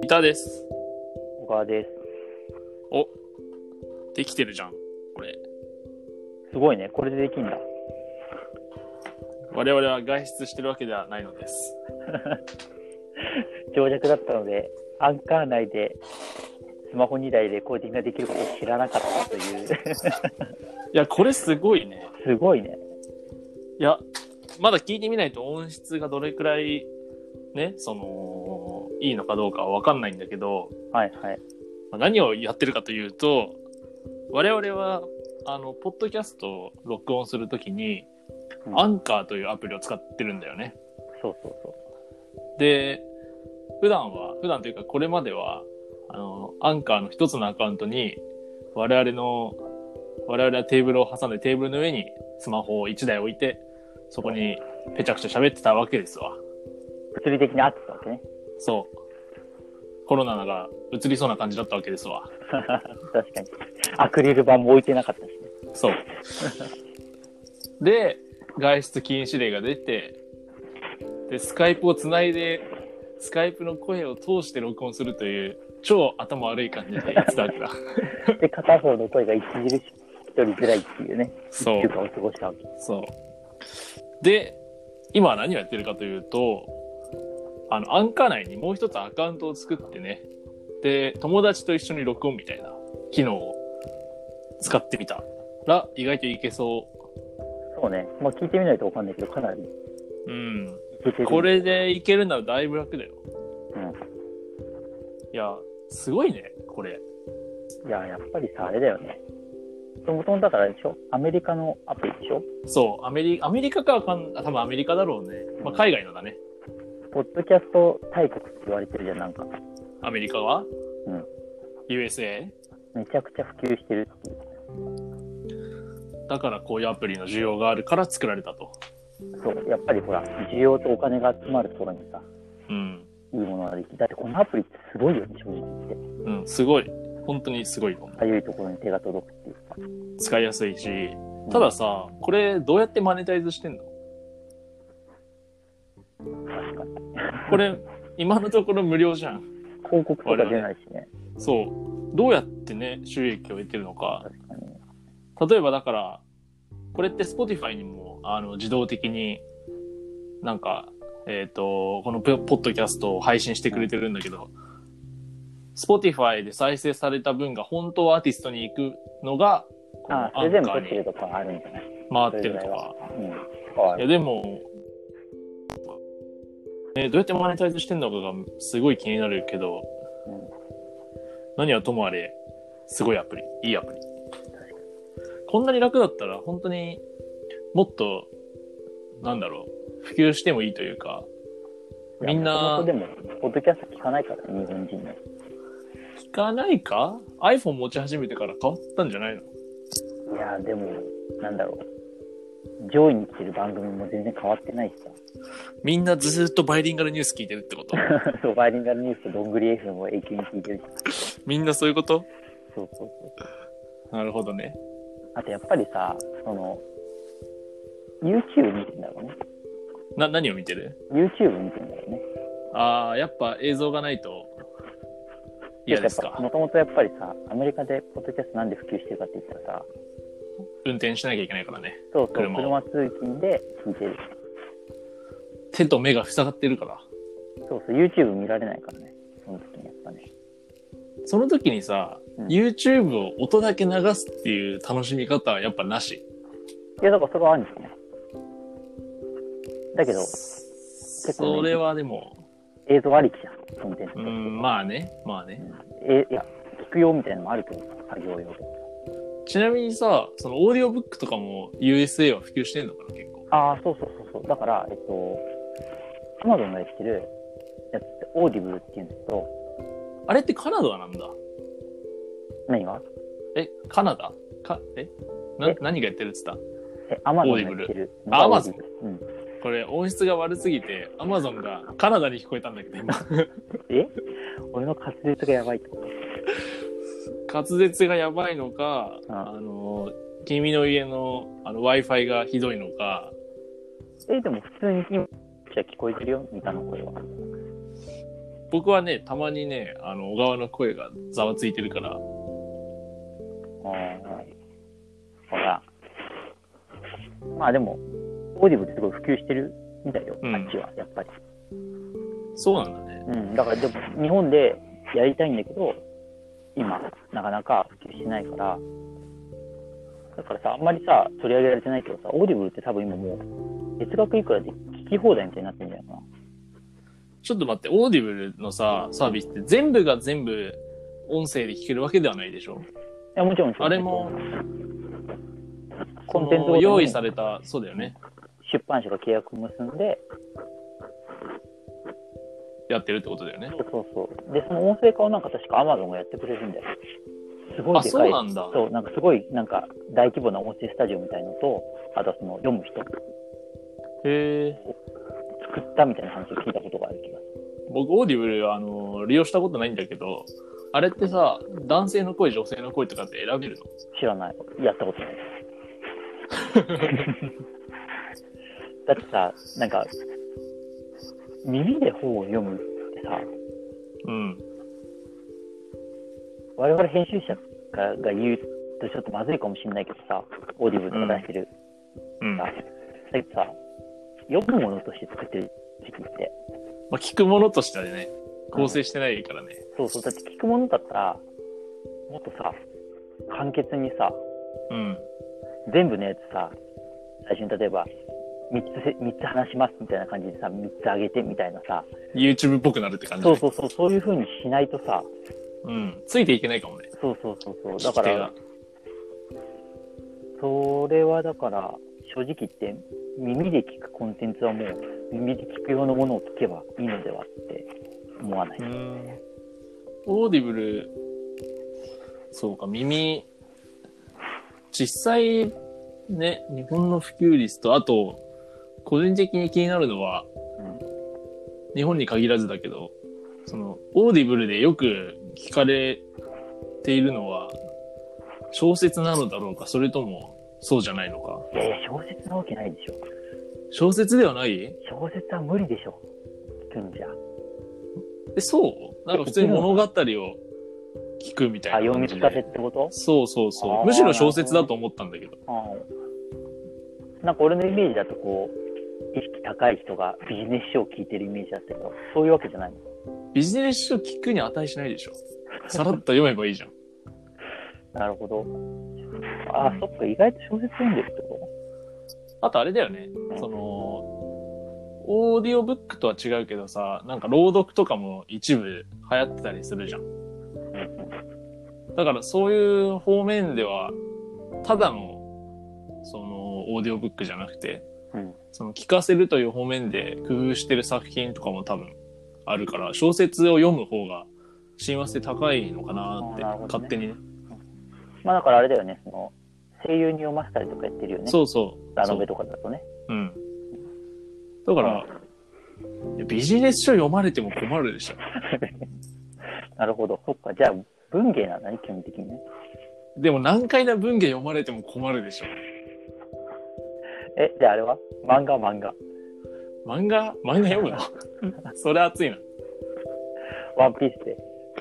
三田です。小川です。お、できてるじゃん、これ。すごいね、これでできんだ。我々は外出してるわけではないのです。情弱だったので、アンカー内でスマホ2台レコーディングができることを知らなかったという、 いや、これすごいね。すごいね。いや、まだ聞いてみないと音質がどれくらい、ね、その、いいのかどうかはわかんないんだけど、はいはい。まあ何をやってるかというと、我々は、あの、ポッドキャストを録音するときに、うんアンカーというアプリを使ってるんだよね。そうそうそで、普段は、普段というかこれまでは、あの、アンカーの一つのアカウントに、我々の、我々はテーブルを挟んでテーブルの上にスマホを1台置いて、そこにぺちゃくちゃ喋ってたわけですわ。う。物理的に合ってたわけね。そう。コロナが移りそうな感じだったわけですわ。確かに。アクリル板も置いてなかったし、ね。そう。で、外出禁止令が出て、で、スカイプをつないで、スカイプの声を通して録音するという、超頭悪い感じでやってたわけだ。で、片方の声が著しく取りづらいっていうね、そう休。暇を過ごしたわけ。そう。で、今は何をやってるかというと、あの、アンカー内にもう一つアカウントを作ってね、で、友達と一緒に録音みたいな機能を使ってみたら、意外といけそ。そうね。まあ聞いてみないとわかんないけど、かなりいううん。けてる。こ。れでいけるならだいぶ楽だよ。ういや、すごいね、これ。ん。いや、やっぱりさ、あれだよね。もともとだからあれでしょアメリカのアプリでしょそう、アメリアメリカかわかん、あ多分アメリカだろうね。まあ、海外のだね。ポッドキャスト大国って言われてるじゃん、なんか。アメリカはうん。 USA? めちゃくちゃ普及してるっていう。だからこういうアプリの需要があるから作られたと。そう、やっぱりほら、需要とお金が集まるところにさ、うん。いいものができる。だってこのアプリってすごいよね、正直言って。うん、すごい。本当にすごいと思う。かゆいところに手が届くっていうか。使いやすいし。たださ、これどうやってマネタイズしてんの確かに。これ、今のところ無料じゃん。広告とか出ないしね。そう。どうやってね、収益を得てるのか。確かに。例えばだから、これって Spotify にも、あの、自動的に、なんか、えっ、と、このポポッドキャストを配信してくれてるんだけど、Spotify で再生された分が本当はアーティストに行くのが、こあのアあ、それンでもカ撮ってーるにとかあるんじゃない回ってるとか。うん。とかはいあや、るでも、ね、どうやってマネタイズしてんのかがすごい気になるけど、うん何はともあれ、すごいアプリ、いいアプリ。こんなに楽だったら、本当にもっと、なんだろう、普及してもいいというか、みんな元々でも、ポッドキャスト聞かないからね、日本人の。聞かないか ?iPhone 持ち始めてから変わったんじゃないのいや、でも、なんだろう。上位に来てる番組も全然変わってないしさ。 みんなずーっとバイリンガルニュース聞いてるってことそう、バイリンガルニュースとどんぐり F も永久に聞いてるし。みんなそういうことそうそうそう。なるほどね。あとやっぱりさ、その、YouTube 見てんだろうね。な、何を見てる YouTube 見てんだろうね。ああ、やっぱ映像がないと嫌です か。もともとやっぱりさ、アメリカでポッドキャストなんで普及してるかって言ったらさ、運転しなきゃいけないからね。そうそう、車車通勤で聞いてる。手と目が塞がってるから。そうそう、YouTube 見られないからね。その時にやっぱね。その時にさ、うん YouTube を音だけ流すっていう楽しみ方はやっぱなし。いや、だからそれはあるんですね。だけど、構ねそれはでも、映像ありきじゃん、コンテンツうとーして。ん、まあね、まあね。え、いや、聞く用みたいなのもあるけど、作業用とか。ちなみにさ、そのオーディオブックとかも USA は普及してんのかな、結構。ああ、そうそうそうそう。だから、えっと、Amazon がやってるやつって、オーディブルって言うんですけど、あれってカナダなんだ。何がえ、カナダか、えなえ何がやってるって言っえ、アマゾンがやってる。あ Amazon うん。たこれ音質が悪すぎて、Amazon がカナダに聞こえたんだけど、今。 え俺の滑舌がやばいってこと滑舌がやばいのか、ああの、君の家のあの Wi-Fi がひどいのか、え、でも普通に今、じゃ聞こえてるよ、三田の声は。僕はね、たまにね、あの、小川の声がざわついてるから、ほら。まあでも、オーディブってすごい普及してるみたいよ、うんあっちは、やっぱり。そうなんだね。うん、だからでも、日本でやりたいんだけど、今、なかなか普及してないから、だからさ、あんまりさ、取り上げられてないけどさ、オーディブルって多分今もう、月額いくらで聞き放題みたいになってるんじゃないかな。ちょっと待って、オーディブルのさ、サービスって全部が全部音声で聞けるわけではないでしょいや、もちろん、もちろんあれも、コンテンツごとそのに用意された、そうだよね。出版社が契約結んで、やってるってことだよね。そうそうそう。で、その音声化をなんか確か Amazon がやってくれるんだよ。すごいあ、でそかうい。なんだ。そう、なんかすごい、なんか大規模な音声スタジオみたいのと、あとはその読む人、作へえ。ったみたいな話を聞いたことがある気がす僕、オーディブル、あの、利用したことないんだけど、あれってさ、男性の声、女性の声とかって選べるのる。知らない。やったこ とない。だってさ、なんか、耳で本を読むってさ、うん。我々編集者がが言うとちょっとまずいかもしれないけどさ、オーディブルとか出してるうん。さ、まだけどさ、読むものとして作ってる時期って、あ、聞くものとしてはね、構成してないからね。そうそう、だって聞くものだったら、もっとさ、簡潔にさ、うん。全部のやつさ、最初に例えば、3つせ、三つ話しますみたいな感じでさ、3つあげてみたいなさ、 YouTube っぽくなるって感じそだうね。そうそう、そういう風にしないとさ、うん。ついていけないかもね。そうそうそうそう、だ聞かき手らが、。それはだから、正直言って、耳で聞くコンテンツはもう、耳で聞くようなものを聞けばいいのではって思わない。うん。オーディブル、そうか、耳、実際、ね、日本の普及率と、あと、個人的に気になるのは、うん日本に限らずだけど、その、オーディブルでよく聞かれているのは、小説なのだろうか、それとも、そうじゃないのか。いやいや、小説なわけないでしょ。小説ではない小説は無理でしょ。聞くんじゃ。え、そうなんか普通に物語を聞くみたあ、いな読感みじ聞で。かせってことそうそうあそーう。むしろ小説だと思ったんだけど。うん。なんか俺のイメージだとこう、意識高い人がビジネス書を聞いてるイメージだったけど、そういうわけじゃないの。ビジネス書聞くに値しないでしょ。さらっと読めばいいじゃん。なるほど。あ、そっか、意外と小説読んでるってこあとあれだよね。その、オーディオブックとは違うけどさ、なんか朗読とかも一部流行ってたりするじゃん。とだからそういう方面では、ただの、その、オーディオブックじゃなくて、うん。その聞かせるという方面で工夫してる作品とかも多分あるから、小説を読む方が親和性高いのかなって、あーなるほどね勝手にね。まあだからあれだよね、その、声優に読ませたりとかやってるよね。そうそう。ラノベとかだとね。うん。だから、いやビジネス書読まれても困るでしょ。なるほど。そっか、じゃあ文芸なんだね、基本的にね。でも難解な文芸読まれても困るでしょ。え、じゃああれは漫画漫画。漫画漫画読むの それ熱いな。ワンピースで。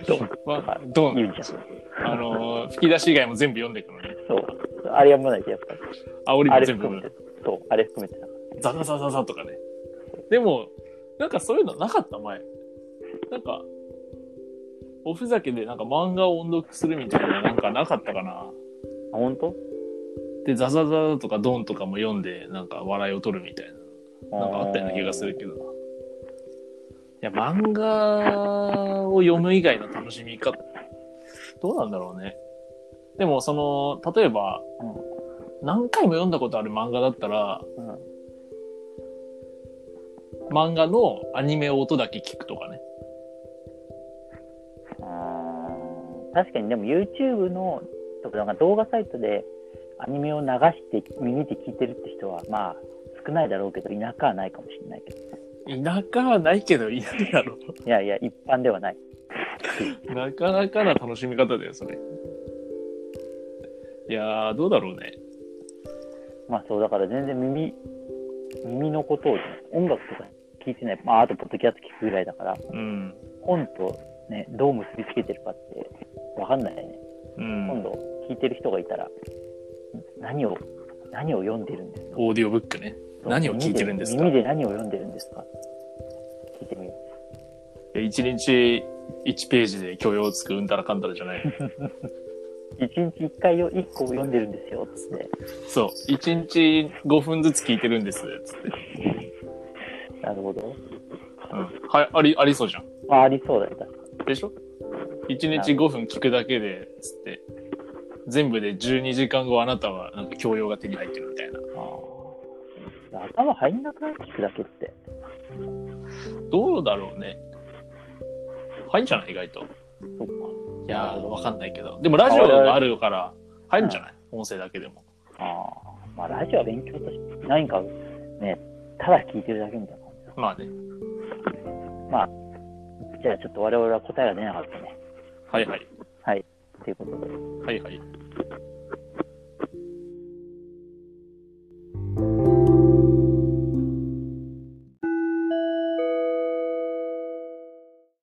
ドンまあ、どうな言のうじゃん。あのー、吹き出し以外も全部読んでいくのね。そう。あれやむないとやっぱり。煽りあもれ全部読含めむて。。そう、あれ含めてだかザザザザザとかね。でも、なんかそういうのなかった前。なんか、おふざけでなんか漫画を音読するみたいななんかなかったかな。ら。あ、本当で、ザザザとかドンとかも読んで、なんか笑いを取るみたいな。なんかあったような気がするけど。いや、漫画を読む以外の楽しみ方、どうなんだろうね。でも、その、例えば、何回も読んだことある漫画だったら、うん。うん漫画のアニメを音だけ聞くとかね。確かにでも YouTube のとかなんか動画サイトでアニメを流して耳で聞いてるって人はまあ少ないだろうけど田舎はないかもしれないけど田舎はないけど、いないだろいやいや一般ではない、う。なかなかな楽しみ方だよ、それ。いやー、どうだろうね。まあそうだから全然耳耳のことを音楽とか聞いてないまああとポッドキャスト聞くぐらいだからうん。本と、ね、どう結びつけてるかって分かんないね。うん。今度、聞いてる人がいたら、何を、何を読んでるんですかオーディオブックね。何を聞いてるんですか耳で耳で何を読んでるんですか聞いてみよ一日一ページで教養をつくうんたらかんたらじゃない。 う。一日一回を一個読んでるんですよ、つって。そう。一日5分ずつ聞いてるんです。つって。なるほど。うん。はい、あり、ありそうじゃん。あ、ありそうだよ、確かでしょ一日5分聞くだけで、つって。全部で12時間後あなたはなんか教養が手に入ってるみたいな。にあー頭入んなくない聞くだけって。どうだろうね。入んじゃない意外と。いそっか。やー、わかんないけど。でもラジオがあるから、入るんじゃない音声だけでも。ああ、まあラジオは勉強として、何かね、ただ聞いてるだけみたいな感じだ。まあね。まあ、じゃあちょっと我々は答えが出なかったね。はいはい。はい、ということで。はいはい。